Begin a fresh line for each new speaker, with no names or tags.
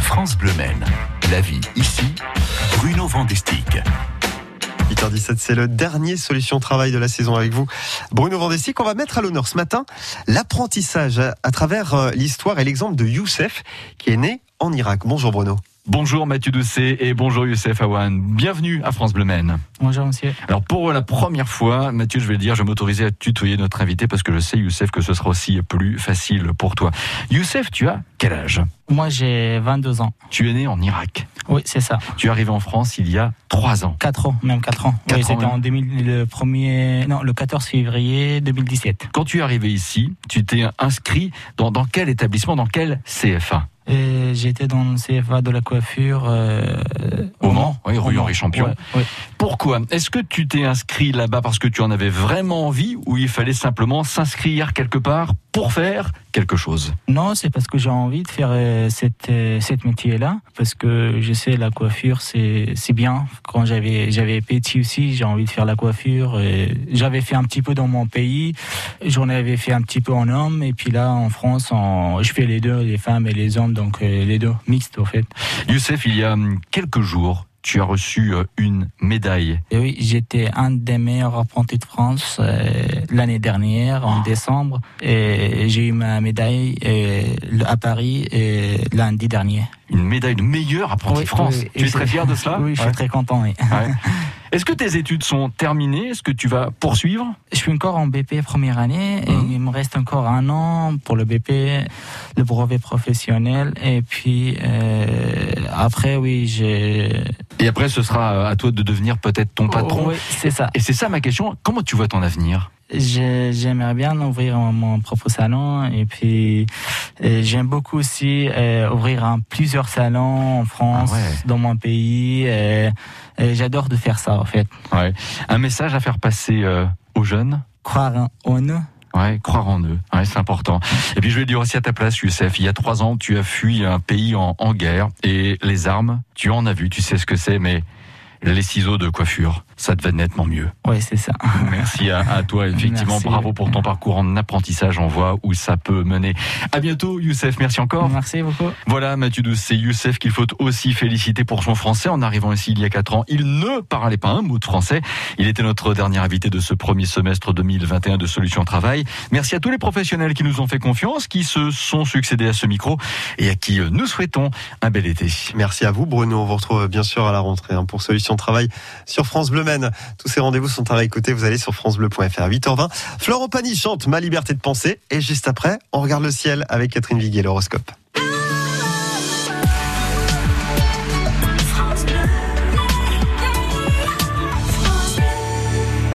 France Bleu Maine. La vie ici, Bruno Vandestick.
8h17, c'est le dernier solution travail de la saison avec vous. Bruno Vandestick, on va mettre à l'honneur ce matin l'apprentissage à, à travers euh, l'histoire et l'exemple de Youssef qui est né en Irak. Bonjour Bruno.
Bonjour Mathieu Doucet et bonjour Youssef Awan. Bienvenue à France Bleu Maine.
Bonjour monsieur.
Alors pour la première fois, Mathieu, je vais le dire, je vais m'autoriser à tutoyer notre invité parce que je sais Youssef que ce sera aussi plus facile pour toi. Youssef, tu as quel âge
Moi j'ai 22 ans.
Tu es né en Irak.
Oui, c'est ça.
Tu es arrivé en France il y a trois ans.
4 ans, même 4 ans.
Quatre
oui,
ans, hein.
c'était
même.
en 2000, le premier, non, le 14 février 2017.
Quand tu es arrivé ici, tu t'es inscrit dans, dans quel établissement, dans quel CFA
Et J'étais dans le CFA de la coiffure euh,
Au Mans, oui, rue
Au Mans.
Henri Champion.
Ouais, ouais.
Pourquoi Est-ce que tu t'es inscrit là-bas parce que tu en avais vraiment envie ou il fallait simplement s'inscrire quelque part pour faire quelque chose
Non, c'est parce que j'ai envie de faire euh, cette euh, cette métier-là parce que je sais la coiffure c'est c'est bien. Quand j'avais j'avais petit aussi, j'ai envie de faire la coiffure. et J'avais fait un petit peu dans mon pays, j'en avais fait un petit peu en homme et puis là en France, en, je fais les deux, les femmes et les hommes, donc euh, les deux mixtes en fait.
Youssef, il y a hum, quelques jours, tu as reçu euh, une médaille.
Et oui, j'étais un des meilleurs apprentis de France euh, l'année dernière, en décembre. Et j'ai eu ma médaille euh, à Paris euh, lundi dernier.
Une médaille de meilleur apprenti
Oui,
de France.
oui,
tu es
et
très
c'est-
fier de cela
oui, je suis
Ah, Ouais.
très content. Oui.
Ouais. Est-ce que tes études sont terminées Est-ce que tu vas poursuivre
Je suis encore en BP première année et
Mhm.
il me reste encore un an pour le BP, le brevet professionnel. Et puis euh, après, oui, j'ai.
Et après, ce sera euh, à toi de devenir peut-être
Oh,
ton patron.
Oui, c'est ça.
Et c'est ça ma question. Comment tu vois ton avenir
J'ai- J'aimerais bien ouvrir mon propre salon et puis euh, j'aime beaucoup aussi euh, ouvrir un, plusieurs salons en France,
Ah ouais.
dans mon pays. euh, et J'adore de faire ça en fait.
Un message à faire passer euh, aux jeunes
Croire en nous.
Ouais, croire en eux, ouais, c'est important. Et puis je vais le dire aussi à ta place, Youssef, il y a trois ans, tu as fui un pays en, en guerre et les armes, tu en as vu, tu sais ce que c'est, mais les ciseaux de coiffure, ça devait nettement mieux.
Oui, c'est ça.
Merci à, à toi, effectivement,
Merci.
bravo pour ton parcours en apprentissage, on voit où ça peut mener. À bientôt, Youssef, merci encore.
Merci beaucoup.
Voilà, Mathieu Douce, c'est Youssef qu'il faut aussi féliciter pour son français. En arrivant ici il y a quatre ans, il ne parlait pas un mot de français. Il était notre dernier invité de ce premier semestre 2021 de Solutions Travail. Merci à tous les professionnels qui nous ont fait confiance, qui se sont succédés à ce micro et à qui euh, nous souhaitons un bel été.
Merci à vous Bruno, on vous retrouve euh, bien sûr à la rentrée hein, pour Solution Travail sur France Bleu Maine. Tous ces rendez-vous sont à réécouter, vous allez sur francebleu.fr 8h20. Florent Pagny chante Ma liberté de penser et juste après, on regarde le ciel avec Catherine Viguier, l'horoscope.